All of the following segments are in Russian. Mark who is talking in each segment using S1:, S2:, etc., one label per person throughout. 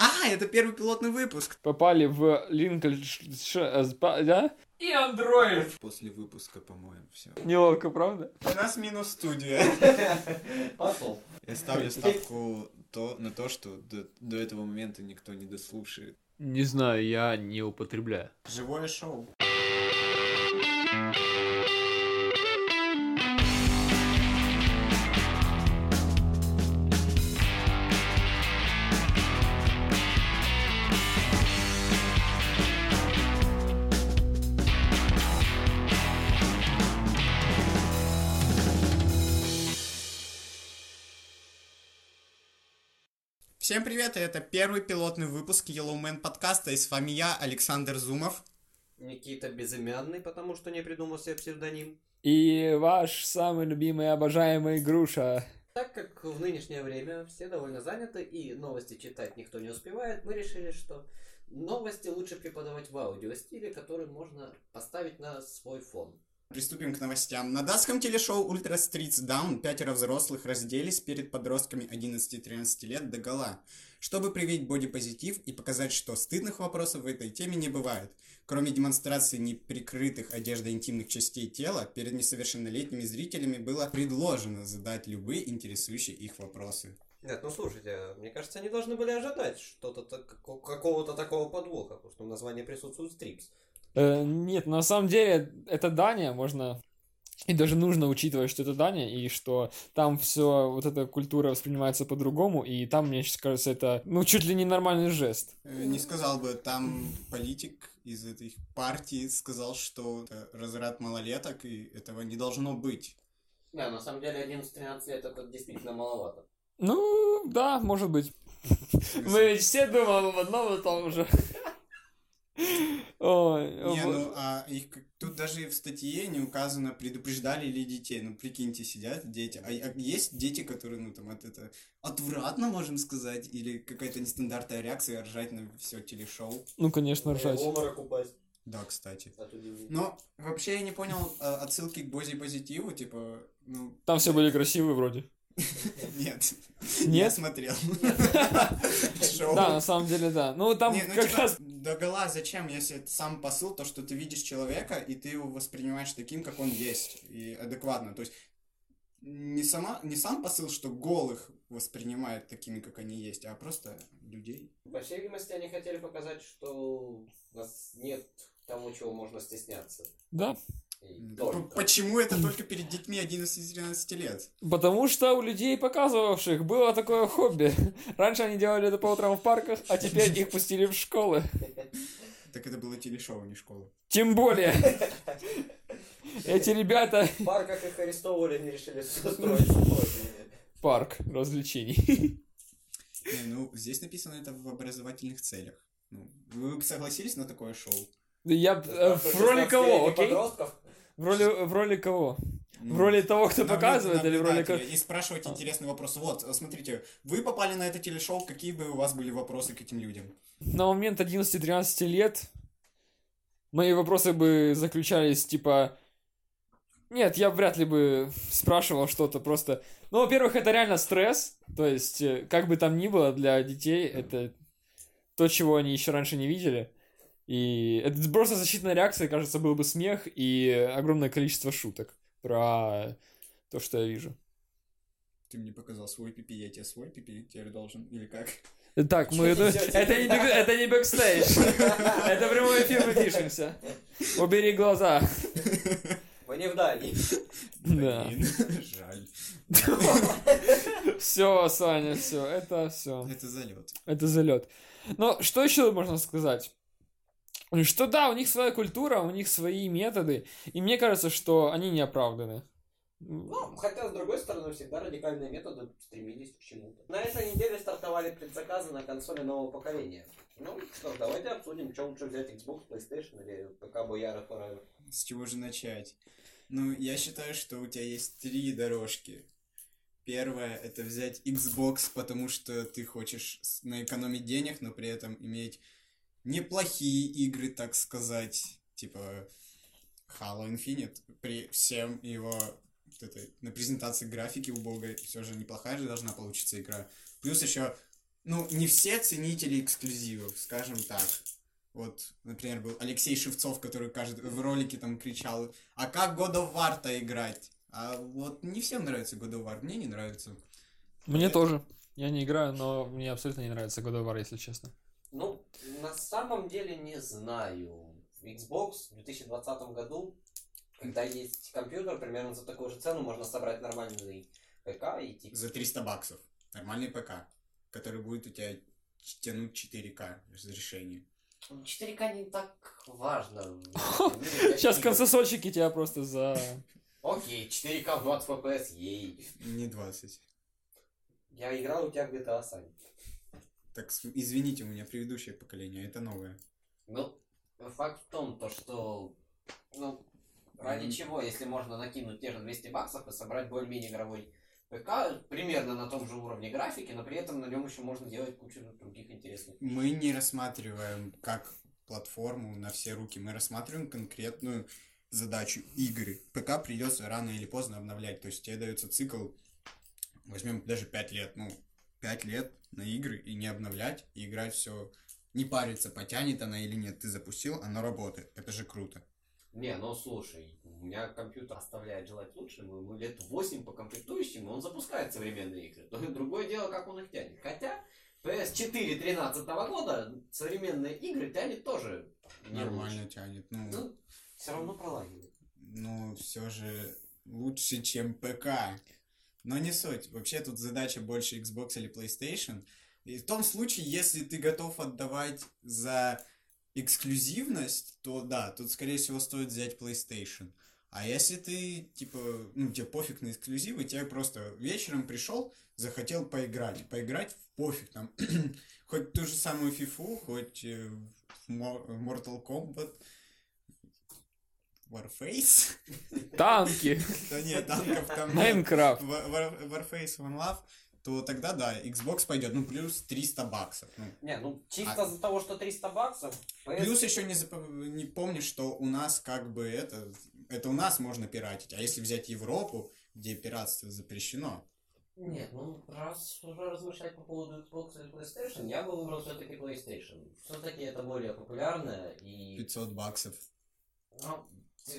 S1: А, это первый пилотный выпуск.
S2: Попали в Линкольншир, э, да?
S3: И андроид.
S1: После выпуска, по-моему, все.
S2: Неловко, правда?
S1: У нас минус студия.
S3: Пошел.
S1: Я ставлю ставку то, на то, что до, до этого момента никто не дослушает.
S2: Не знаю, я не употребляю.
S1: Живое шоу. Всем привет, и это первый пилотный выпуск Yellow Man подкаста, и с вами я, Александр Зумов.
S3: Никита безымянный, потому что не придумал себе псевдоним.
S2: И ваш самый любимый и обожаемый Груша.
S3: Так как в нынешнее время все довольно заняты и новости читать никто не успевает, мы решили, что новости лучше преподавать в аудиостиле, который можно поставить на свой фон.
S1: Приступим к новостям. На датском телешоу Ультра Streets Down пятеро взрослых разделись перед подростками 11-13 лет до гола, чтобы привить бодипозитив и показать, что стыдных вопросов в этой теме не бывает, кроме демонстрации неприкрытых одеждой интимных частей тела, перед несовершеннолетними зрителями было предложено задать любые интересующие их вопросы.
S3: Нет, ну слушайте, мне кажется, они должны были ожидать что-то так- какого-то такого подвоха, потому что в названии присутствует стрипс.
S2: Э, нет, на самом деле, это Дания, можно... И даже нужно учитывать, что это Дания, и что там все, вот эта культура воспринимается по-другому, и там, мне сейчас кажется, это, ну, чуть ли не нормальный жест.
S1: Э, Не сказал бы, там политик из этой партии сказал, что это разврат малолеток, и этого не должно быть.
S3: Да, на самом деле 11-13 лет это действительно маловато.
S2: Ну, да, может быть. Мы ведь все думаем об одном и том же. Ой,
S1: Не,
S2: вот.
S1: ну, а их как- тут даже и в статье не указано, предупреждали ли детей. Ну, прикиньте, сидят дети. А, а есть дети, которые, ну, там, от это отвратно, можем сказать, или какая-то нестандартная реакция ржать на все телешоу.
S2: Ну, конечно, ржать.
S3: В обморок Э, упасть
S1: Да, кстати.
S3: от удивления.
S1: Но вообще я не понял э, отсылки к Бози Позитиву, типа, ну,
S2: Там все были красивые вроде.
S1: нет. Я
S2: Нет?
S1: смотрел. Шоу.
S2: Да, на самом деле, да. Ну, там
S1: Не, ну,
S2: как
S1: типа,
S2: раз...
S1: догола зачем, если это сам посыл, то, что ты видишь человека, и ты его воспринимаешь таким, как он есть, и адекватно. То есть не, сама, не сам посыл, что голых воспринимают такими, как они есть, а просто людей.
S3: По всей видимости, они хотели показать, что у нас нет того, чего можно стесняться.
S2: Да,
S3: И
S2: ну,
S1: П-
S3: только.
S1: Почему это только перед детьми 11-13 лет?
S2: Потому что у людей, показывавших, было такое хобби. Раньше они делали это по утрам в парках, а теперь их пустили в школы.
S1: Так это было телешоу, а не школа.
S2: Тем более, эти ребята...
S3: В парках их арестовывали, они решили устроить субботу.
S2: Парк развлечений.
S1: Не, ну, здесь написано это в образовательных целях. Ну, вы бы согласились на такое шоу?
S2: Я б-
S1: А,
S2: э, в роли кого, окей? В роли, в роли кого? В
S1: Ну,
S2: роли того, кто
S1: Наблю-
S2: показывает, или в роли...
S1: наблюдателя
S2: ко-
S1: И спрашивать
S2: А.
S1: интересный вопрос. Вот, э, смотрите, вы попали на это телешоу, какие бы у вас были вопросы к этим людям?
S2: На момент 11-13 лет мои вопросы бы заключались, типа... Нет, я вряд ли бы спрашивал что-то просто... Ну, во-первых, это реально стресс. То есть, э, как бы там ни было для детей, это то, чего они еще раньше не видели. И это просто защитная реакция, кажется, был бы смех и огромное количество шуток про то, что я вижу.
S1: Ты мне показал свой пипи, я тебе свой пипи, теперь должен, или как?
S2: Так, мы...
S3: Чё
S2: Это,
S3: ты несёшь?
S2: это, не, бэк- это не бэкстейдж. Это прямой эфир, мы пишемся. Убери глаза.
S3: Мы не в Дании.
S2: Да.
S1: Блин, Жаль.
S2: Все, Саня, все, это все.
S1: Это залет.
S2: Это залет. Но что еще можно сказать? Ну Что да, у них своя культура, у них свои методы, и мне кажется, что они не оправданы.
S3: Ну, хотя, с другой стороны, всегда радикальные методы стремились к чему-то. На этой неделе стартовали предзаказы на консоли нового поколения. Ну что ж, давайте обсудим, что лучше взять Xbox, PlayStation или ПК Бояра Forever.
S1: С чего же начать? Ну, я считаю, что у тебя есть три дорожки. Первое — это взять Xbox, потому что ты хочешь с- наэкономить денег, но при этом иметь неплохие игры, так сказать. Типа Halo Infinite при всем его вот этой, на презентации графики убогой все же неплохая же должна получиться игра. Плюс еще ну, не все ценители эксклюзивов, скажем так. Вот, например, был Алексей Шевцов, который каждый, в ролике там кричал, а как God of War-то играть? А вот не всем нравится God of War, мне не нравится.
S2: Мне
S1: Это-
S2: тоже. Я не играю, но мне абсолютно не нравится God of War, если честно.
S3: Ну, на самом деле не знаю. В Xbox в 2020 году, когда есть компьютер, примерно за такую же цену можно собрать нормальный ПК и типа...
S1: За 300 баксов. Нормальный ПК, который будет у тебя ч- тянуть 4К разрешение.
S3: 4К не так важно.
S2: Сейчас консосольщики тебя просто за...
S3: Окей, 4К в 20 FPS, ей.
S1: Не 20.
S3: Я играл у тебя в GTA Сань.
S1: Так, с- извините, у меня предыдущее поколение, а это новое.
S3: Ну, факт в том, то что... Ну, ради
S1: Мгм.
S3: чего, если можно накинуть те же 200 баксов и собрать более-менее игровой ПК, примерно на том же уровне графики, но при этом на нем еще можно делать кучу других интересных.
S1: Мы не рассматриваем как платформу на все руки, мы рассматриваем конкретную задачу игры. ПК придется рано или поздно обновлять, то есть тебе дается цикл, возьмем даже 5 лет, ну, 5 лет на игры и не обновлять, и играть все, не париться, потянет она или нет, ты запустил, она работает, это же круто.
S3: Не, ну слушай, у меня компьютер оставляет желать лучшего, ему лет 8 по комплектующим, и он запускает современные игры. Но другое дело, как он их тянет. Хотя PS4 13 года современные игры тянет тоже не
S1: Нормально
S3: лучше.
S1: тянет, ну...
S3: Ну, все равно пролагивает.
S1: Ну, все же лучше, чем ПК. Но не суть. Вообще тут задача больше Xbox или PlayStation. И в том случае, если ты готов отдавать за эксклюзивность, то да, тут, скорее всего, стоит взять PlayStation. А если ты, типа, ну, тебе пофиг на эксклюзивы, тебе просто вечером пришел, захотел поиграть. Поиграть в пофиг там. хоть ту же самую FIFA, хоть э, в Мо- Mortal Kombat, Warface.
S2: Танки!
S1: Да нет, танков там нет.
S2: Майнкрафт!
S1: Вар- Вар- Warface One Love, то тогда да, Xbox пойдет, ну плюс 300 баксов. Ну,
S3: Не, ну чисто
S1: А-
S3: из-за того, что 300 баксов, PS...
S1: Плюс еще не, запо- не помню, что у нас как бы это, это у нас можно пиратить, а если взять Европу, где пиратство запрещено,
S3: Нет, ну раз уже размышлять по поводу Xbox или PlayStation, я бы выбрал все-таки PlayStation. Все-таки это более популярное и
S1: 500 баксов.
S3: Ну,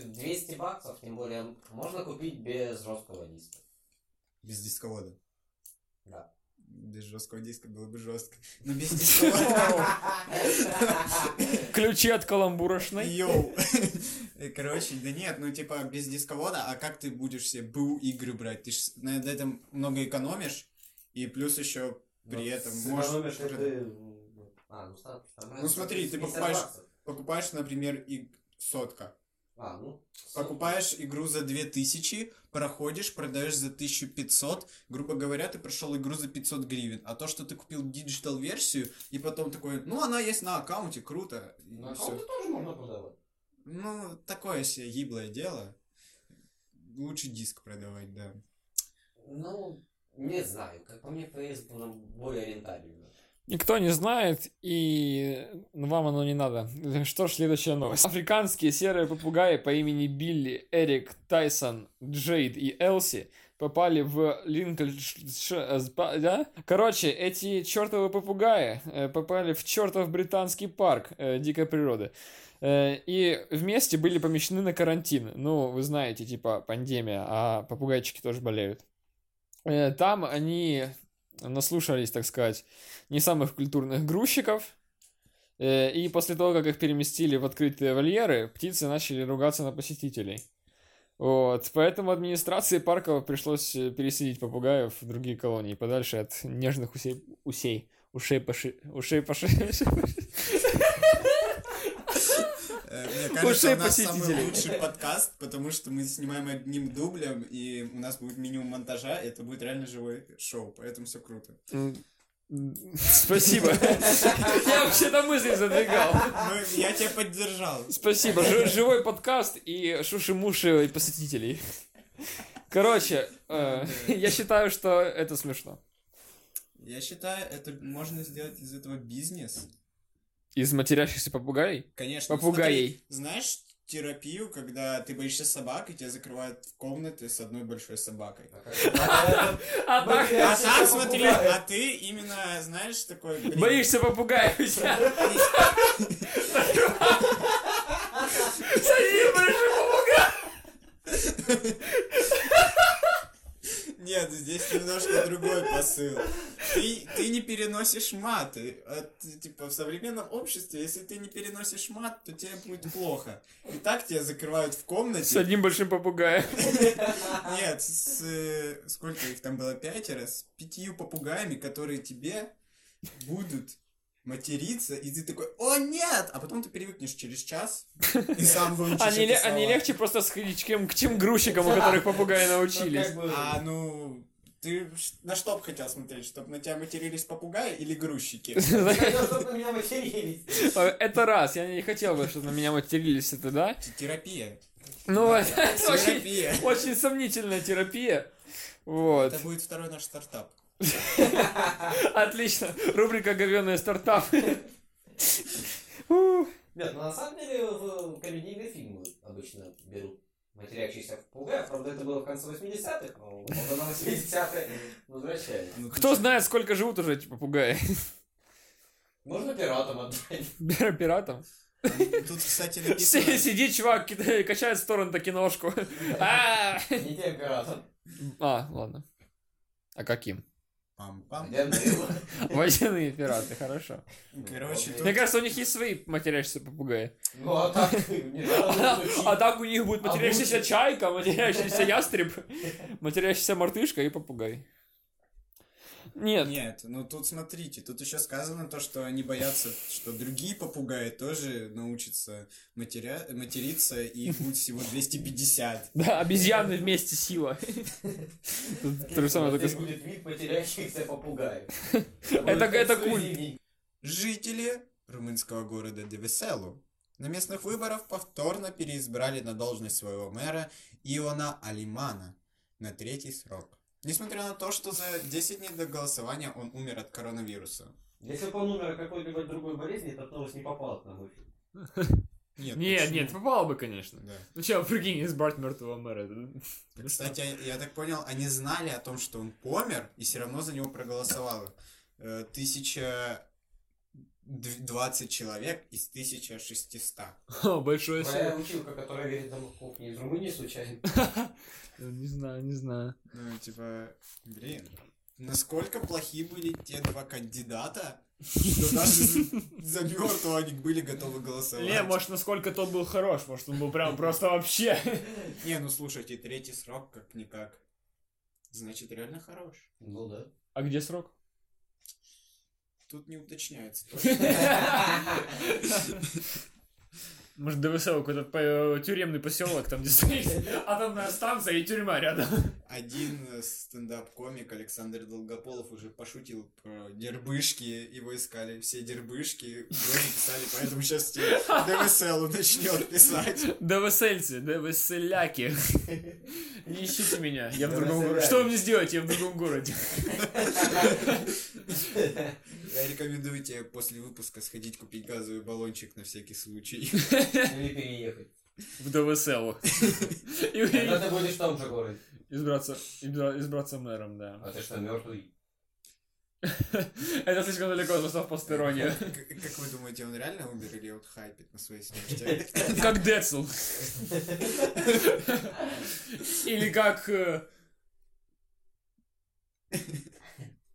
S3: 200 баксов, тем более, можно купить без жесткого диска.
S1: Без дисковода.
S3: Да.
S1: Без жесткого диска было бы жестко. Но без дисковода.
S2: Ключи от каламбурошной.
S1: Йоу. Короче, да нет, ну типа без дисковода, а как ты будешь себе БУ игры брать? Ты же на этом много экономишь, и плюс еще При этом можешь-
S3: Ну, сэкономишь ли ты... А, ну, ста- там разница
S1: смотри, ты
S3: 50
S1: покупаешь-
S3: баксов.
S1: покупаешь, например, и сотка.
S3: А, ну... сотку.
S1: Покупаешь игру за 2000, проходишь, продаешь за 1500. Грубо говоря, ты прошел игру за 500 гривен. А то, что ты купил диджитал-версию, и потом такой, ну, она есть на аккаунте, круто. и
S3: На
S1: всё.
S3: аккаунты а тоже можно продавать.
S1: Ну, такое себе гиблое дело. Лучше диск продавать, да.
S3: Ну, не знаю, как по мне, PS было более рентабельно.
S2: Никто не знает, и вам оно не надо. Что ж, следующая новость. Африканские серые попугаи по имени Билли, Эрик, Тайсон, Джейд и Элси попали в Линкольн... Да? Короче, эти чертовы попугаи э, попали в чертов британский парк э, дикой природы. Э, И вместе были помещены на карантин. Ну, вы знаете, типа пандемия, а попугайчики тоже болеют. Э, Там они наслушались, так сказать, не самых культурных грузчиков. Э, И после того, как их переместили в открытые вольеры, птицы начали ругаться на посетителей. Вот, поэтому администрации парков пришлось э, переселить попугаев в другие колонии, подальше от нежных усей, усей, ушей поши, ушей поши,
S1: Э, Мне кажется,
S2: Ушей
S1: у нас
S2: посетителей.
S1: самый лучший подкаст, потому что мы снимаем одним дублем, и у нас будет минимум монтажа, и это будет реально живое шоу, поэтому все круто.
S2: М, м, Спасибо. Я вообще-то мысли задвигал.
S1: Ну, я тебя поддержал.
S2: Спасибо. Ж- живой подкаст и шуши-муши и посетителей. Короче, э, я считаю, что это смешно.
S1: Я считаю, это можно сделать из этого бизнес.
S2: Из матерящихся попугаев?
S1: Конечно.
S2: Попугаей.
S1: смотри, знаешь, терапию, когда ты боишься собак, и тебя закрывают в комнате с одной большой собакой.
S2: А так,
S1: А там,
S3: тебя
S1: смотри,
S3: попугай.
S1: а ты именно, знаешь, такой... блин,
S2: боишься попугаев. Сади большой попугай.
S1: Нет, здесь немножко другой посыл. Ты, ты не переносишь маты. А ты, типа в современном обществе, если ты не переносишь мат, то тебе будет плохо. И так тебя закрывают в
S2: С
S1: комнате.
S2: одним большим попугаем.
S1: Нет, с э, сколько их там было? Пятеро? С пятью попугаями, которые тебе будут материться, и ты такой, о нет! А потом ты привыкнешь через час и сам выучишь
S2: Они,
S1: эти
S2: А ле- они
S1: слова.
S2: легче просто сходить чем, к чем грузчикам, у которых попугаи научились.
S1: А, ну, ты ш- на что бы хотел смотреть? Чтобы на тебя матерились попугаи или грузчики?
S3: Чтобы на меня матерились.
S2: Э, Это раз, я не хотел бы, чтобы на меня матерились, это да?
S1: Т- Терапия.
S2: Ну, это очень,
S1: Терапия.
S2: очень сомнительная терапия. Вот.
S1: Это будет второй наш стартап.
S2: Отлично. Рубрика «Говёные стартапы». Ух.
S3: Нет, ну на самом деле в в комедийные фильмы обычно берут матерящихся попугаев. Правда, это было в конце 80-х, но вот на 80-е возвращали.
S1: Ну, ты
S2: Кто
S1: чё?
S2: знает, сколько живут уже эти попугаи?
S3: Можно пиратам отдать.
S2: Пиратам?
S1: Тут, кстати,
S2: Си-
S1: написано...
S2: Сидит чувак, кита- качает в сторону-то киношку. А,
S3: Не тем пиратам.
S2: А, ладно. А каким?
S1: Пам-пам.
S3: Я думаю,
S2: Водяные пираты, хорошо.
S1: Короче,
S2: Мне
S1: тут...
S2: кажется, у них есть свои матерящиеся попугаи.
S3: Ну а так не надо учить.
S2: А так у них будет матерящаяся чайка, матерящийся ястреб, матерящаяся мартышка и попугай. Нет,
S1: Нет, ну тут смотрите, тут еще сказано то, что они боятся, что другие попугаи тоже научатся матеря... материться, и их будет всего 250.
S2: да, обезьяны вместе сила. Тут То же самое, только
S3: Здесь будет вид потерящихся попугаев.
S2: Это- это культ.
S1: Жители румынского города Девеселу на местных выборах повторно переизбрали на должность своего мэра Иона Алимана на третий срок. Несмотря на то, что за 10 дней до голосования он умер от коронавируса.
S3: Если бы он умер от какой-либо другой болезни, то новость не попала к нам в эфир.
S1: Нет,
S2: Нет,
S1: почему?
S2: нет, попало бы, конечно.
S1: Да.
S2: Ну че, прикинь, избрать мертвого мэра.
S1: Кстати, я- я так понял, они знали о том, что он помер, и все равно за него проголосовало. Э, Тысяча дв- двадцать человек из 1600.
S2: О, большое
S1: э,
S3: Моя училка, которая верит нам в кухне из Румынии, случайно.
S2: Не знаю, не знаю.
S1: Ну, типа, блин, насколько плохи были те два кандидата, что даже за- за мертвого они были готовы голосовать.
S2: Не, может, насколько тот был хорош, может, он был прям просто вообще.
S1: Не, ну слушайте, третий срок как-никак. Значит, реально хорош.
S3: Ну да.
S2: А где срок?
S1: Тут не уточняется. точно.
S2: Может, ДВСО, какой-то по- тюремный поселок, там где стоит атомная станция и тюрьма рядом.
S1: Один э, стендап-комик Александр Долгополов уже пошутил про дербышки, его искали все дербышки, тоже писали, поэтому сейчас тебе ДВСЛ начнет писать.
S2: ДВСельцы, ДВСеляки. Не ищите меня, я в другом
S3: ДВСеляки.
S2: городе. Что вы мне сделаете, я в другом городе.
S1: Я рекомендую тебе после выпуска сходить купить газовый баллончик на всякий случай.
S3: Или переехать.
S2: В ДВСЛ.
S3: Тогда ты будешь в том же городе.
S2: Избраться, избра- избраться мэром, да.
S3: А ты что, мертвый?
S2: Это слишком далеко зашла в постороннее.
S1: К- Как вы думаете, он реально умер или он хайпит на своей смерти?
S2: Как Децл. Или как... э,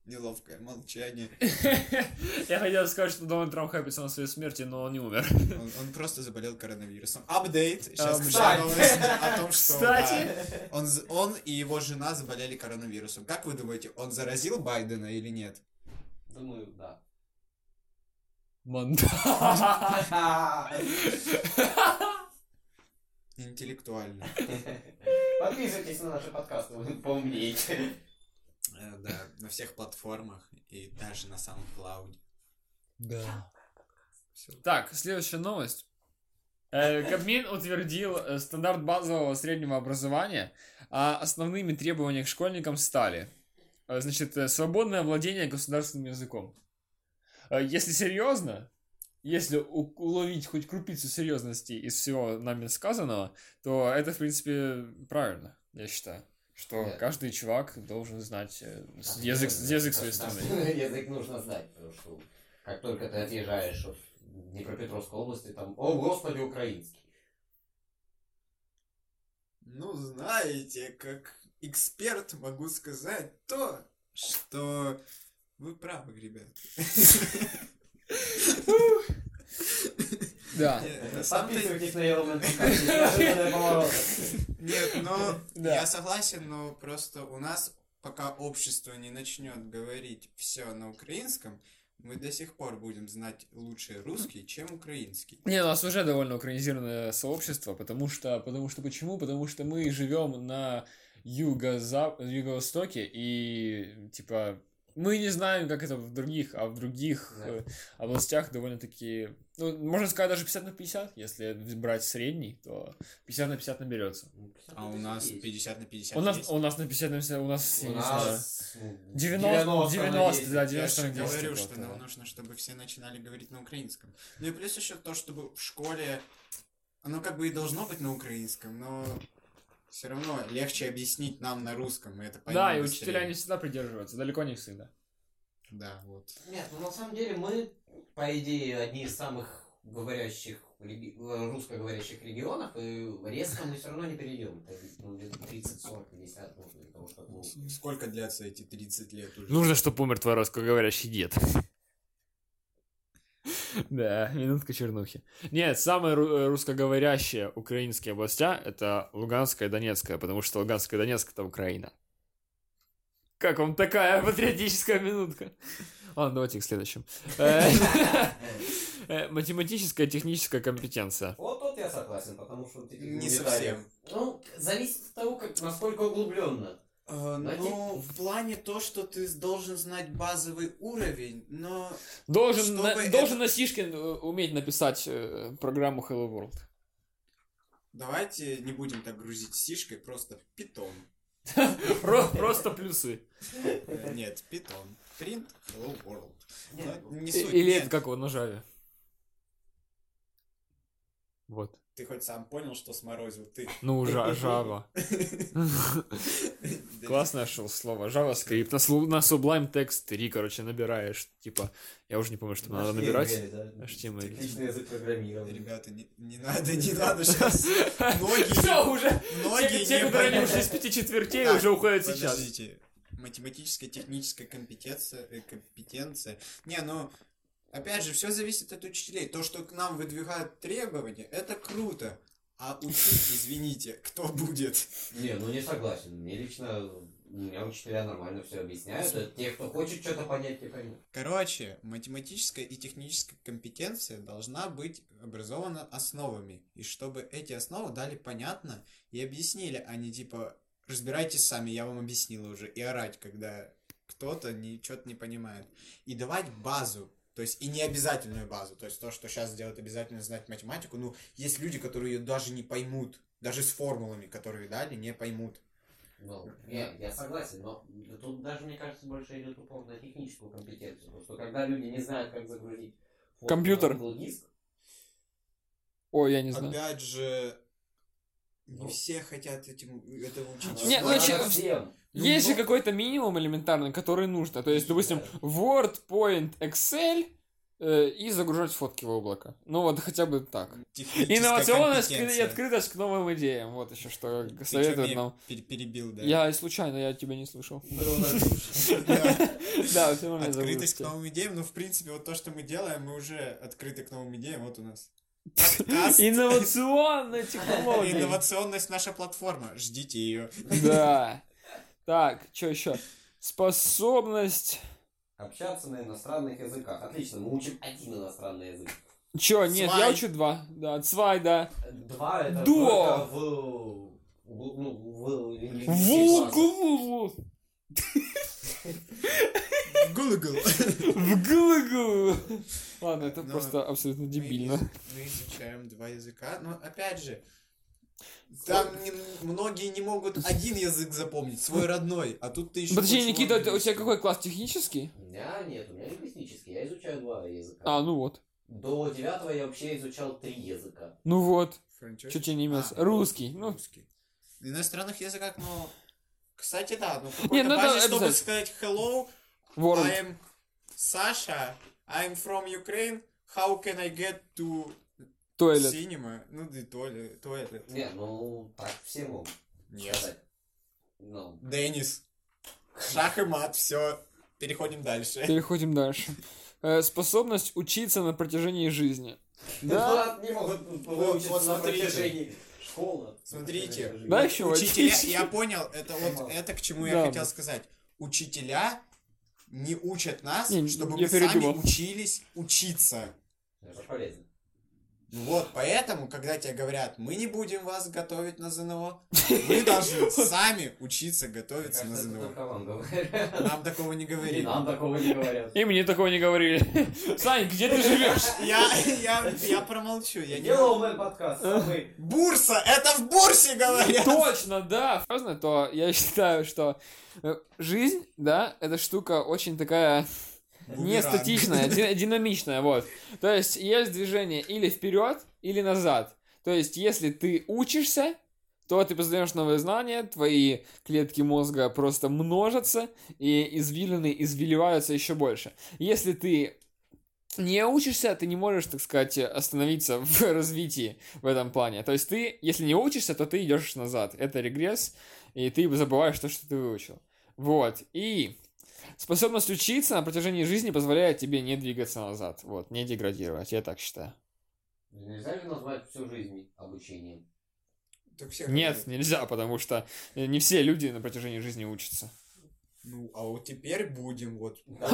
S1: Неловкое молчание.
S2: Я хотел сказать, что Дональд Трамп хайпится на своей смерти, но он не умер.
S1: Он, он просто заболел коронавирусом.
S4: А,
S1: Апдейт. Сейчас
S2: Апдейт.
S1: пришла новость о том, что
S2: Кстати.
S1: да, он, з- он и его жена заболели коронавирусом. Как вы думаете, он заразил Байдена или нет?
S3: Думаю, да.
S2: Монтаж.
S1: Интеллектуально.
S3: Подписывайтесь на наши подкасты, вы поумнеете.
S1: Э, Да, на всех платформах и даже на самом клауде.
S2: Да. Так, следующая новость. Э, Кабмин утвердил э, стандарт базового среднего образования, а основными требованиями к школьникам стали, э, значит, э, свободное владение государственным языком. Э, Если серьезно, если у- уловить хоть крупицу серьезности из всего нами сказанного, то это, в принципе, правильно, я считаю. Что
S3: Да.
S2: каждый чувак должен знать э, с- язык, язык своей страны.
S3: Язык нужно знать, потому что как только ты отъезжаешь в Днепропетровской области, там, о господи, украинский.
S1: Ну, знаете, как эксперт могу сказать то, что вы правы, ребят.
S2: Да.
S1: Нет, Э, на самом деле-
S4: А, э, Подписывайтесь на Йоумен. Неожиданные повороты.
S1: Нет, но
S2: Да.
S1: я согласен, но просто у нас, пока общество не начнет говорить все на украинском, мы до сих пор будем знать лучше русский, чем украинский.
S2: Не, у нас уже довольно украинизированное сообщество, потому что, потому что почему? Потому что мы живем на юго-за- юго-востоке и типа мы не знаем, как это в других, а в других
S3: Да.
S2: э, областях довольно-таки, ну, можно сказать, даже 50 на 50, если брать средний, то 50 на 50 наберется.
S1: А у нас 50 на 50
S2: У нас,
S1: есть.
S2: у нас на 50 на 50, у нас,
S3: У
S2: я не знаю,
S3: нас
S2: 90, 90, да,
S1: Я
S2: 90
S1: же
S2: на 10.
S1: говорю,
S2: типа
S1: что
S2: того.
S1: нам нужно, чтобы все начинали говорить на украинском. Ну и плюс еще то, чтобы в школе оно как бы и должно быть на украинском, но все равно легче объяснить нам на русском, и это
S2: Да,
S1: поймём
S2: и
S1: быстрее.
S2: учителя не всегда придерживаются, далеко не всегда.
S1: Да, вот.
S3: Нет, ну на самом деле мы, по идее, одни из самых говорящих реги- э, русскоговорящих регионов, и резко мы все равно не перейдем. Это, ну, лет 30, 40, 50, ну, для того, чтобы...
S1: Сколько длятся эти 30 лет уже?
S2: чтобы умер твой русскоговорящий дед. Да, минутка чернухи. Нет, самые ру- э, русскоговорящие украинские областя — это Луганская и Донецкая, потому что Луганская и Донецк — это Украина. Как вам такая патриотическая минутка? Ладно, давайте к следующим. Э, э, Математическая и техническая компетенция.
S3: Вот тут я согласен, потому что... вот эти
S1: Не
S3: детали-
S1: совсем.
S3: Ну, зависит от того, как, насколько углубленно.
S1: Э,
S3: Знаете-
S1: Ну, в плане то, что ты должен знать базовый уровень, но
S2: Должен,
S1: Чтобы
S2: на-
S1: это-
S2: должен Насишкин э, уметь написать э, программу Hello World.
S1: давайте не будем так грузить сишкой, просто питон.
S2: Про- Просто плюсы.
S1: Э, Нет, питон. Print Hello World.
S3: Нет,
S1: Ну, не
S2: И-
S1: суть,
S2: Э, Или
S1: нет.
S2: это как его на Java. Вот.
S1: Ты хоть сам понял, что сморозил ты?
S2: Ну, жа- Java.
S1: Да.
S2: Классно нашел слово. JavaScript. На, слу- на Sublime Text 3, короче, набираешь. Типа, я уже не помню, что там надо
S3: HTML,
S2: набирать.
S3: да.
S2: HTML.
S3: Типичный язык программирования.
S1: Ребята, не, не надо, не надо сейчас.
S2: Все,
S1: Ноги,
S2: уже.
S1: ноги
S2: Те, те,
S1: не
S2: которые не
S1: поймут.
S2: ушли с пяти четвертей,
S1: Так,
S2: уже уходят сейчас.
S1: Подождите. Математическая, техническая компетенция, э, компетенция. Не, ну, опять же, все зависит от учителей. То, что к нам выдвигают требования, это круто. А учить, извините, кто будет?
S3: Не, ну не согласен. Мне лично, у меня учителя нормально все объясняют. а Те, кто хочет что-то понять, те поймут.
S1: Короче, математическая и техническая компетенция должна быть образована основами. И чтобы эти основы дали понятно и объяснили, а не типа разбирайтесь сами, я вам объяснила уже. И орать, когда кто-то ничего-то не понимает. И давать базу. То есть и не обязательную базу. То есть то, что сейчас делают обязательно знать математику. Ну, есть люди, которые ее даже не поймут. Даже с формулами, которые дали, не поймут.
S3: Ну, я, я согласен, но тут даже, мне кажется, больше идет упор на техническую компетенцию. Потому что когда люди не знают, как загрузить фото
S2: Компьютер.
S3: на Google диск,
S2: Ой, я не знаю.
S1: Опять же, не
S3: Ну.
S1: все хотят этим, это учить.
S2: Нет, ну,
S3: надо
S2: вообще-
S3: всем.
S1: Ну,
S2: Есть же
S1: ну-
S2: какой-то минимум элементарный, который нужно. То есть, допустим, Word, Point, Excel э, и загружать фотки в облако. Ну вот хотя бы так.
S1: Техническая
S2: Инновационность и
S1: компетенция.
S2: открытость к новым идеям. Вот еще что
S1: Ты чё
S2: советуют
S1: меня
S2: нам.
S1: пер- перебил, да.
S2: Я и случайно, я тебя не слышал.
S1: Да.
S2: Да, все равно я забыл.
S1: Открытость к новым идеям, но в принципе вот то, что мы делаем, мы уже открыты к новым идеям, вот у нас. Подкаст.
S2: Инновационная технология.
S1: Инновационность наша платформа, ждите ее.
S2: Да. Так, что еще? Способность.
S3: Общаться на иностранных языках. Отлично, мы учим один иностранный язык.
S2: Че, нет, я
S1: Свай.
S2: учу два. Да, цвай, да.
S3: Два это
S2: До.
S3: только в... в- Ну, в...
S2: В гугу.
S1: Гугл.
S2: В гугу. Ладно, это
S1: Ну,
S2: просто абсолютно дебильно.
S1: Мы изучаем два языка, но опять же, там не- многие не могут один язык запомнить, свой родной, а тут ты еще...
S2: Подожди, Никита, у тебя какой класс технический?
S3: У меня нет, у меня лингвистический, я изучаю два языка.
S2: А, ну вот.
S5: До девятого я вообще изучал три языка.
S2: Ну вот,
S1: Франчайз?
S2: чуть тебе не имелось.
S1: А,
S2: Русский. Ну,
S1: русский. На иностранных языках, ну... Кстати, да, ну,
S2: Не,
S1: какой-то
S2: ну это
S1: базе, чтобы
S2: обязательно.
S1: сказать hello,
S2: ворон.
S1: I'm Саша, I'm from Ukraine, how can I get to
S2: Туалет.
S1: cinema? Ну, да и туалет. туалет.
S5: Не, ну, так все могут сказать. Ну,
S1: Денис. Шах и мат, все. Переходим дальше.
S2: Переходим дальше. Э, Способность учиться на протяжении жизни. Да?
S5: ну, не могут
S1: выучиться вот на смотрите. протяжении
S5: школы.
S1: Смотрите.
S2: Да, еще
S1: Учителя, я понял, это вот
S5: Мало.
S1: это к чему
S2: Да.
S1: я хотел сказать. Учителя не учат нас,
S2: Не,
S1: чтобы
S2: я
S1: мы
S2: передумал.
S1: сами учились учиться.
S5: Это же полезно.
S1: Вот, поэтому, когда тебе говорят, мы не будем вас готовить на ЗНО, вы должны сами учиться
S5: Мне
S1: готовиться на
S5: кажется, это
S1: ЗНО.
S5: только вам говорят.
S1: Нам такого не
S5: И
S1: говорили.
S5: нам такого не говорят.
S2: И мне такого не говорили. Сань, где ты живешь?
S1: Я, я, я промолчу, я не...
S5: Yellowman подкаст, а самый...
S1: Бурса! Это в Бурсе говорят!
S2: Точно, да. Серьезно, то я считаю, что э, жизнь, да, эта штука очень такая не
S1: Бумеранг.
S2: статичная, ди- динамичная, вот. То есть есть движение или вперед, или назад. То есть если ты учишься, то ты познаешь новые знания, твои клетки мозга просто множатся, и извилины извиливаются еще больше. Если ты не учишься, ты не можешь, так сказать, остановиться в развитии в этом плане. То есть ты, если не учишься, то ты идешь назад. Это регресс, и ты забываешь то, что ты выучил. Вот. И способность учиться на протяжении жизни позволяет тебе не двигаться назад. Вот, не деградировать, я так считаю.
S5: Нельзя ли назвать всю жизнь обучением?
S1: Так все
S2: Нет,
S1: говорят.
S2: нельзя, потому что э, не все люди на протяжении жизни учатся.
S1: Ну, а вот теперь будем вот.
S5: Да.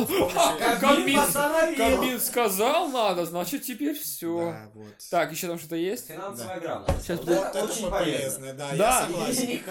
S2: Кабин-
S5: постановил!
S2: Кабин сказал надо, значит теперь все.
S1: Да, вот.
S2: Так, еще там что-то есть?
S5: Финансовая
S1: Да.
S5: грамотность.
S2: Сейчас
S5: Вот
S1: Вот
S5: это очень полезно.
S1: да,
S2: Да.
S1: я согласен.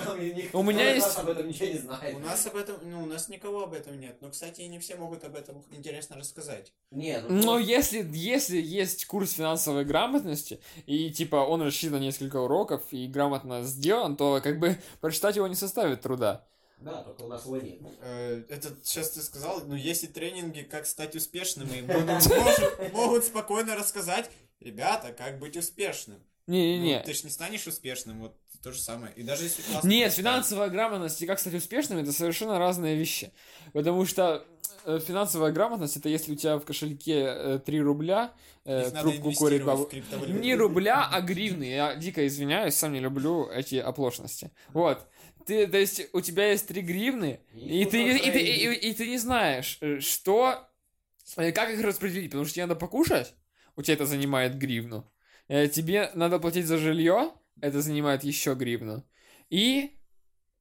S2: У меня есть-
S5: об этом ничего не
S1: У
S5: знает.
S1: нас об этом, ну, у нас никого об этом нет. Но, кстати, и не все могут об этом интересно рассказать.
S5: Не,
S2: Но
S5: ну...
S2: если, если есть курс финансовой грамотности, и типа он рассчитан на несколько уроков и грамотно сделан, то как бы прочитать его не составит труда.
S5: Да, только у нас его нет.
S1: Э, Это сейчас ты сказал, ну, есть и тренинги, как стать успешным, и будут- может- могут спокойно рассказать, ребята, как быть успешным. Ну,
S2: Не-не-не.
S1: Ты ж не станешь успешным, вот то же самое. И даже если классно
S2: Нет,
S1: представить.
S2: финансовая грамотность и как стать успешным это совершенно разные вещи. Потому что э, финансовая грамотность это если у тебя в кошельке э, 3 рубля, э,
S1: Их надо
S2: трубку
S1: инвестировать
S2: курит баб-
S1: в криптовалюту.
S2: Не рубля, а гривны. Я дико извиняюсь, сам не люблю эти оплошности. Вот. Ты, то есть у тебя есть три гривны, и,
S5: И
S2: ты, не-
S5: нужно
S2: и, ты, и,
S5: проявить.
S2: и ты не знаешь, э, что... э, Как их распределить, потому что тебе надо покушать, у тебя это занимает гривну. Э, Тебе надо платить за жилье, это занимает еще гривну. И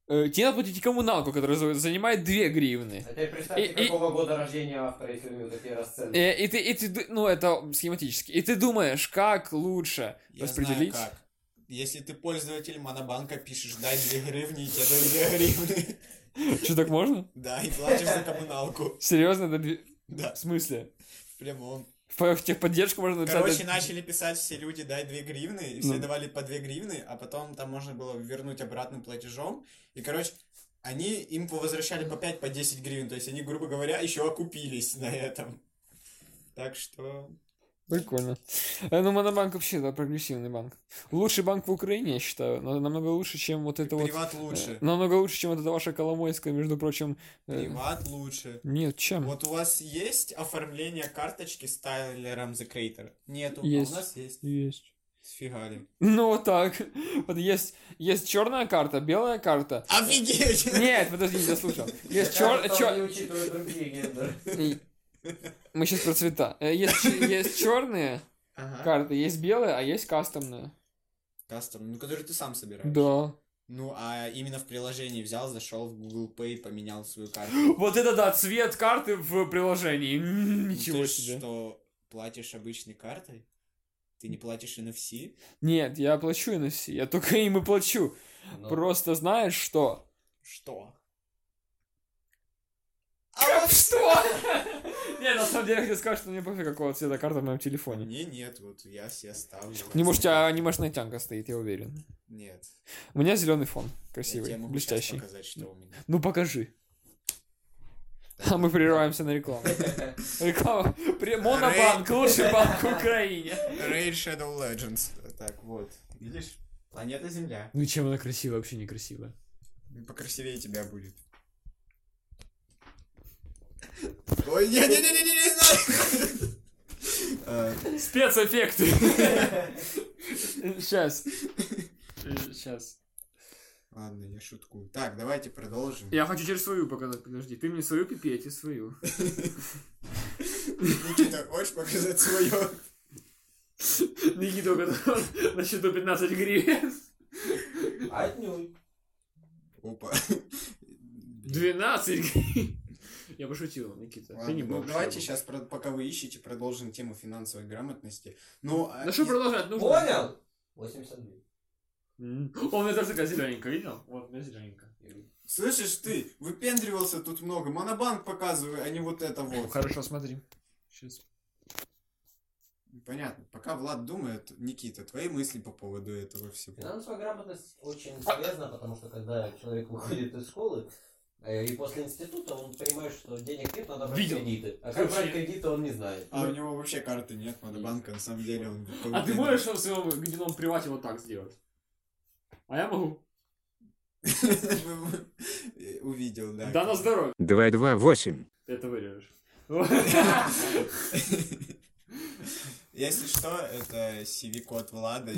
S2: э, тебе надо платить коммуналку, которая за- занимает две гривны.
S5: А теперь представьте,
S2: И- и-
S5: какого года рождения автора, если у него такие расценки.
S2: Э, И, ты, и ты, ду- ну это схематически. И ты думаешь, как лучше
S1: Я
S2: распределить.
S1: знаю как. Если ты пользователь монобанка, пишешь «дай 2 гривни», и тебе дают 2 гривны.
S2: Что так можно?
S1: Да, и платишь за коммуналку.
S2: Серьезно, это две-
S1: Да,
S2: в смысле?
S1: в прямом.
S2: В, в техподдержку можно написать.
S1: Короче, начали писать все люди, дай 2 гривны, и все
S2: Ну.
S1: давали по 2 гривны, а потом там можно было вернуть обратным платежом. И, короче, они им возвращали по 5, по 10 гривен. То есть они, грубо говоря, еще окупились на этом. Так что...
S2: Прикольно. Э, Ну, Монобанк вообще, да, прогрессивный банк. Лучший банк в Украине, я считаю. но Намного лучше, чем вот это вот...
S1: Приват лучше.
S2: э, Намного лучше, чем вот эта ваша Коломойская, между прочим. э,
S1: Приват лучше.
S2: Нет, чем?
S1: Вот у вас есть оформление карточки с Тайлером The Creator? Нету,
S2: Есть.
S1: а у нас есть.
S2: Есть.
S1: Сфигали.
S2: Ну, вот так. Вот есть, есть черная карта, белая карта.
S1: Офигеть!
S2: Нет, подожди, я слушал. Есть
S5: Чёрт,
S2: черная...
S5: Не учитывая другие гендеры.
S2: И- Мы сейчас про цвета. Э, Есть, есть черные
S1: Ага.
S2: карты, есть белые, а есть кастомные.
S1: Кастом, ну который ты сам собираешь.
S2: Да.
S1: Ну, а именно в приложении взял, зашел в Google Pay, поменял свою карту.
S2: Вот это да, цвет карты в приложении. М,
S1: Ну,
S2: Ничего
S1: ты ж
S2: себе.
S1: что, платишь обычной картой? Ты не платишь NFC?
S2: Нет, я плачу NFC, я только им и плачу.
S5: Ну,
S2: Просто знаешь что?
S1: Что? А
S2: Что? Нет, на самом деле я хотел сказать, что мне пофиг, какого цвета карта в моем телефоне.
S1: А Мне нет, вот я все ставлю.
S2: Не а? может, у тебя анимешная тянка стоит, я уверен.
S1: Нет.
S2: У меня зеленый фон,
S1: Я
S2: красивый,
S1: тебе могу сейчас
S2: блестящий.
S1: показать, что у меня.
S2: Ну покажи. А мы прерываемся на рекламу. Реклама. При- Монобанк, лучший банк в Украине.
S1: Raid Shadow Legends. Так, вот. Видишь? Планета Земля.
S2: Ну чем она красивая, вообще некрасивая.
S1: Покрасивее тебя будет. Ой, не не не не не не
S2: Спецэффекты. Сейчас. Сейчас.
S1: Ладно, я шутку. Так, давайте продолжим.
S2: Я хочу через свою показать, подожди. Ты мне свою пипи, я тебе свою.
S1: Никита, хочешь показать свое?
S2: Никита, у которого на счету 15 гривен.
S3: Отнюдь.
S1: Опа.
S2: 12 гривен. Я пошутил, Никита.
S1: Ладно,
S2: Ты не
S1: ну
S2: бог.
S1: давайте сейчас, пока вы ищете, продолжим тему финансовой грамотности. Ну, а
S2: Ну что
S1: и-
S2: продолжать? Ну,
S3: Понял? 82.
S2: М. О, у меня тоже такая зелененькая, видел? Вот, у меня зелененькая.
S1: слышишь ты, выпендривался тут много. Монобанк показывай, а не вот это вот.
S2: Ну, Хорошо, смотри. Сейчас.
S1: Понятно. Пока Влад думает, Никита, твои мысли по поводу этого всего.
S3: Финансовая грамотность очень полезна, потому что когда человек выходит из школы, э, и после института он понимает, что денег нет, надо брать
S2: Видел.
S3: кредиты. А как брать
S2: Вообще.
S3: кредиты, он не знает.
S1: А у него вообще карты нет, Монобанка, на самом деле он...
S2: А ты можешь в своем гнилом привате вот так сделать? А я могу.
S1: Увидел, да.
S2: Да ну. на здоровье.
S6: 228.
S2: Ты это вырежешь.
S1: Если что, это CV-код Влада.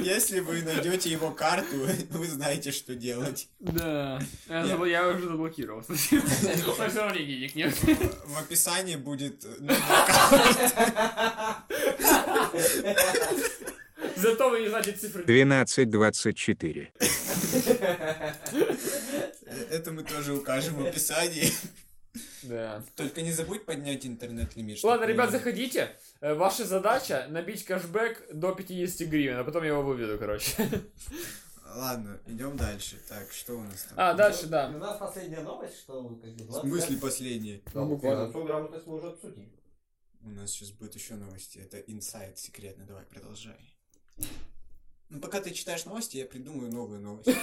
S1: Если вы найдете его карту, вы знаете, что делать.
S2: Да. Я
S1: Я-
S2: забл- я уже заблокировал. Спасибо. Но все равно денег нет.
S1: В описании будет ну, номер карты.
S2: Зато вы не знаете цифры.
S6: 1224.
S1: Это мы тоже укажем в описании.
S2: Да.
S1: Только не забудь поднять интернет-лимит. чтоб
S2: Ладно,
S1: не-
S2: ребят, заходите. Э, Ваша задача набить кэшбэк до 50 гривен, а потом я его выведу, короче.
S1: Ладно, идем дальше. Так, что у нас там?
S2: А, дальше, да.
S3: И У нас последняя новость, что как бы
S1: В
S3: 20
S1: смысле последние?
S2: Ну, буквально.
S3: Финансовую грамотность мы уже обсудили.
S1: У нас сейчас будет еще новости. Это инсайт секретный. Давай, продолжай. Ну, пока ты читаешь новости, я придумаю новые новости.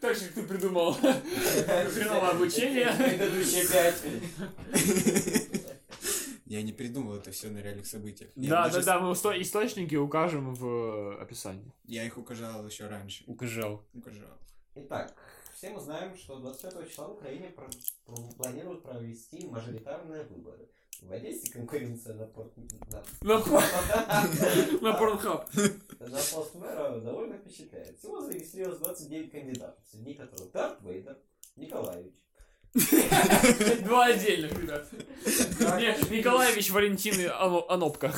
S2: Так же, как ты придумал. Хреновое обучение.
S3: Предыдущие пять.
S1: Я не придумал это все на реальных событиях. Я
S2: Да, да,
S1: даже-
S2: да, мы усто- источники укажем в э, описании.
S1: Я их указал еще раньше.
S2: Укажал.
S1: Указал.
S3: Итак, все мы знаем, что 25 числа в Украине про- про- планируют провести мажоритарные выборы. В Одессе конкуренция на порт... на-
S2: На Порнхаб.
S3: На пост мэра довольно впечатляет. Всего зарегистрировалось 29 кандидатов, среди которых Дарт Вейдер, Николаевич.
S2: Два отдельных, ребят. Не, Николаевич Валентин и Ано- Анопка.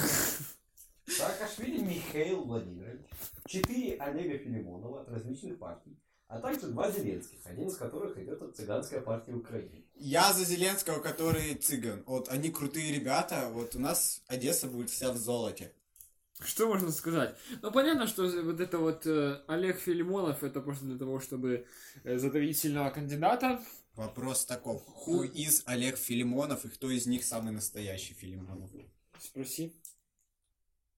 S3: Саакашвили Михаил Владимирович, четыре Олега Филимонова от различных партий, а также два Зеленских, один из которых идет от Цыганской партии Украины.
S1: Я за Зеленского, который цыган. Вот они крутые ребята. Вот у нас Одесса будет вся в золоте.
S2: Что можно сказать? Ну, понятно, что вот это вот э, Олег Филимонов, это просто для того, чтобы э, задавить сильного кандидата.
S1: Вопрос таков. Who из Олег Филимонов и кто из них самый настоящий Филимонов?
S2: Спроси.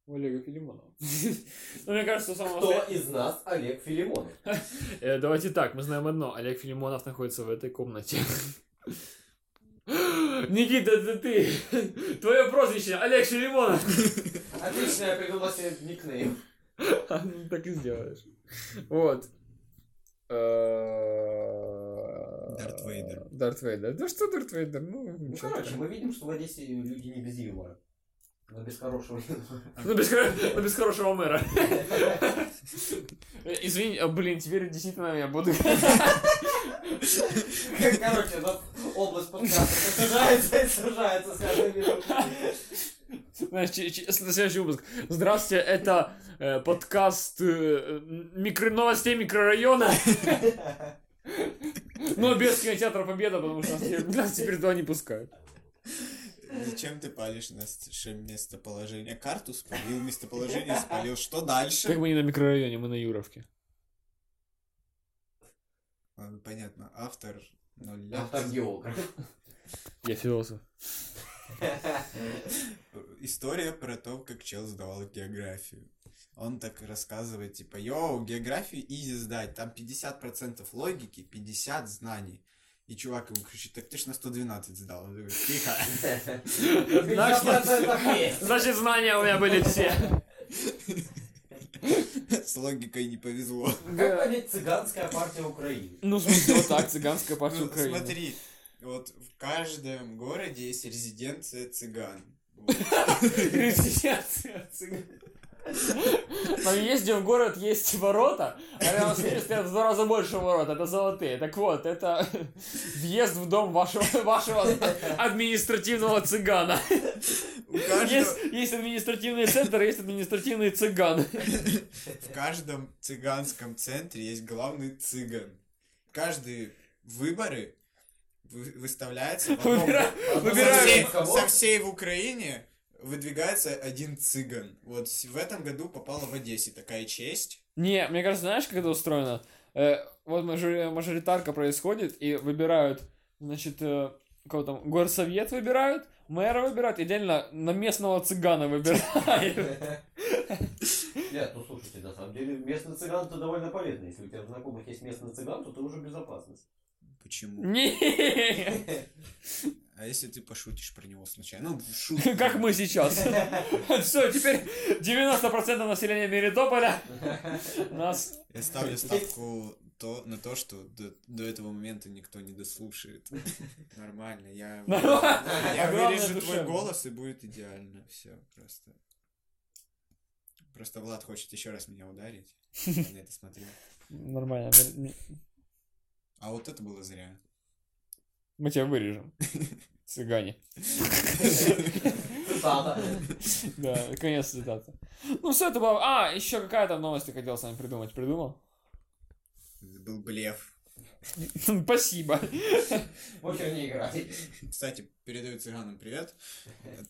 S2: У Олега Филимонова. Ну, мне кажется, самого...
S3: Кто из нас Олег Филимонов?
S2: Э, Давайте так, мы знаем одно. Олег Филимонов находится в этой комнате. Никита, это ты! Твое прозвище Олег Филимонов!
S3: Отлично, я придумал себе никнейм.
S2: Ну, Так и сделаешь. Вот. Э,
S1: Дарт Вейдер.
S2: Дарт Вейдер. Да что Дарт Вейдер? Ну,
S3: Ну,
S2: ничего
S3: короче,
S2: такого.
S3: мы видим, что в Одессе люди не без юмора. Но без хорошего юмора.
S2: Ну, без хоро- ну, без хорошего мэра. Э, Извини, а, блин, теперь действительно я буду...
S3: Короче, у нас область подкаста сужается и сужается с каждым днем.
S2: Знаешь, че- че- с- следующий выпуск. Здравствуйте, это э, подкаст э, м- микро- новостей микрорайона. Но без кинотеатра Победа, потому что нас те- нас теперь туда не пускают.
S1: Зачем ты палишь наше местоположение? Карту спалил, местоположение спалил. Что дальше?
S2: Как мы не на микрорайоне, мы на Юровке.
S1: Ладно, понятно. Автор ноль Э, лет.
S3: Автор географ.
S2: Я философ.
S1: История про то, как чел сдавал географию. он так рассказывает, типа, йоу, географию изи сдать, там 50% логики, 50 знаний. И чувак ему кричит, так ты ж на 112 сдал. Он говорит, тихо.
S2: Значит, знания у меня были все.
S1: С логикой не повезло.
S5: Как понять цыганская партия Украины?
S2: Ну, в смысле, вот так, цыганская партия
S1: Ну,
S2: Украины.
S1: смотри, вот в каждом городе есть резиденция цыган. Вот.
S2: Резиденция цыган. Там ездим в город, есть ворота, а рядом с ними стоят в два раза больше ворот, это золотые. Так вот, это въезд в дом вашего, вашего административного цыгана.
S1: У каждого-
S2: Есть, есть административный центр, есть административный цыган.
S1: В каждом цыганском центре есть главный цыган. Каждые выборы вы- выставляется в одном-
S2: Выбира-
S1: Ну, со, всей,
S2: Выбираем
S5: кого?
S1: со всей в Украине выдвигается один цыган. Вот с- в этом году попала в Одессе такая честь.
S2: Не, мне кажется, знаешь, как это устроено? Э, вот мажори- мажоритарка происходит, и выбирают, значит, э, кого там, горсовет выбирают, мэра выбирают, идеально на местного цыгана выбирают.
S5: Нет, ну слушайте, на самом деле местный цыган-то довольно полезно. Если у тебя в знакомых есть местный цыган, то ты уже безопасность.
S1: Почему?
S2: Не,
S1: А если ты пошутишь про него случайно? Ну, в шутку.
S2: как мы сейчас. Все, теперь 90% населения Мелитополя нас...
S1: Я ставлю ставку то, на то, что до, до этого момента никто не дослушает. Нормально, я... Я
S2: Главное,
S1: вырежу твой
S2: душевно.
S1: голос, и будет идеально. Все, просто. Просто Влад хочет еще раз меня ударить. Я на это смотрю.
S2: Нормально, мы-
S1: А вот это было зря.
S2: мы тебя вырежем. Цыгане.
S5: Цитата.
S2: Да, конец цитаты. Ну, все это было... А, еще какая там новость ты хотел с нами придумать? Придумал?
S1: Это был блеф.
S2: Спасибо.
S5: Больше не играй.
S1: Кстати, передаю цыганам привет.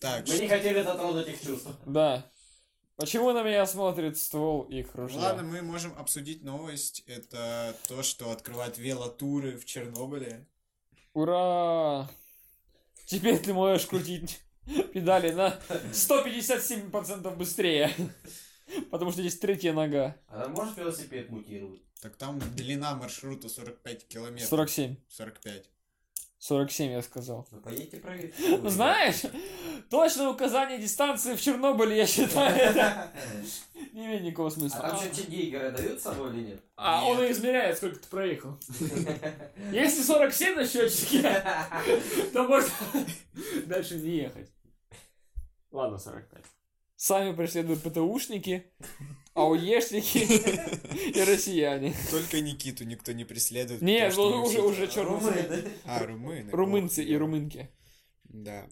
S1: Так,
S5: Мы не
S1: что-
S5: хотели затронуть их чувства.
S2: Да. Почему на меня смотрит ствол их ружья?
S1: ладно, мы можем обсудить новость. Это то, что открывают велотуры в Чернобыле.
S2: Ура! Теперь ты можешь крутить педали на 157% быстрее. Потому что здесь третья нога.
S5: Она может А велосипед мутировать?
S1: Так там длина маршрута 45 километров.
S2: 47.
S1: 45.
S2: 47, я сказал.
S5: Ну поедьте проверь.
S2: Знаешь, точное указание дистанции в Чернобыле, я считаю, это не имеет никакого
S5: А
S2: смысла.
S5: там что, чегейгеры дают с собой или нет?
S2: А он и измеряет, сколько ты проехал. Если 47 на счетчике, то можно дальше не ехать. Ладно, 45. Сами преследуют ПТУшники, ауешники и россияне.
S1: Только Никиту никто не преследует.
S2: Нет,
S1: потому что мы
S2: ну,
S1: все-
S2: уже, уже черные.
S5: Румыны.
S1: А, румыны.
S2: Румынцы
S1: вот.
S2: и румынки.
S1: Да.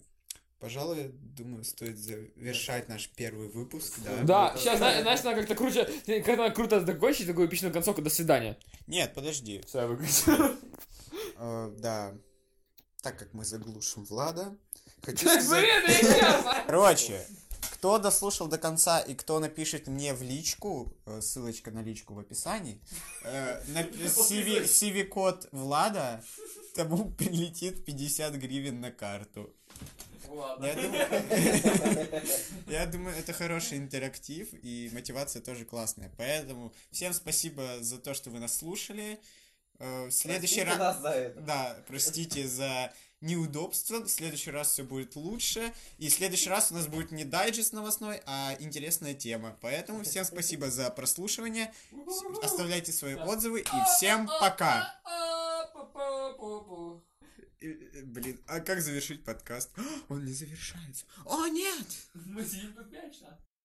S1: Пожалуй, я думаю, стоит завершать наш первый выпуск. Да.
S2: Да,
S5: это-
S2: сейчас, зна- знаешь, надо как-то круче, когда круто закончить такую эпичную концовку, до свидания.
S1: Нет, подожди.
S2: Все, я выключил.
S1: Э, да. Так как мы заглушим Влада. Хочу
S2: Так,
S1: сказать-
S2: блин, я честно.
S1: Короче, кто дослушал до конца и кто напишет мне в личку, э, ссылочка на личку в описании, э, напи- CV CV-код Влада, тому прилетит 50 гривен на карту. Я думаю, я думаю, это хороший интерактив, и мотивация тоже классная. Поэтому всем спасибо за то, что вы нас слушали. Э, В следующий раз...
S3: нас за это.
S1: Да, простите за неудобство. В следующий раз все будет лучше. И в следующий раз у нас будет не дайджест новостной, а интересная тема. Поэтому всем спасибо за прослушивание. С- Оставляйте свои отзывы и всем пока.
S2: А,
S1: Э, э, Блин, а как завершить подкаст? Он не завершается. О, нет!
S2: Мы сидим тут вечно.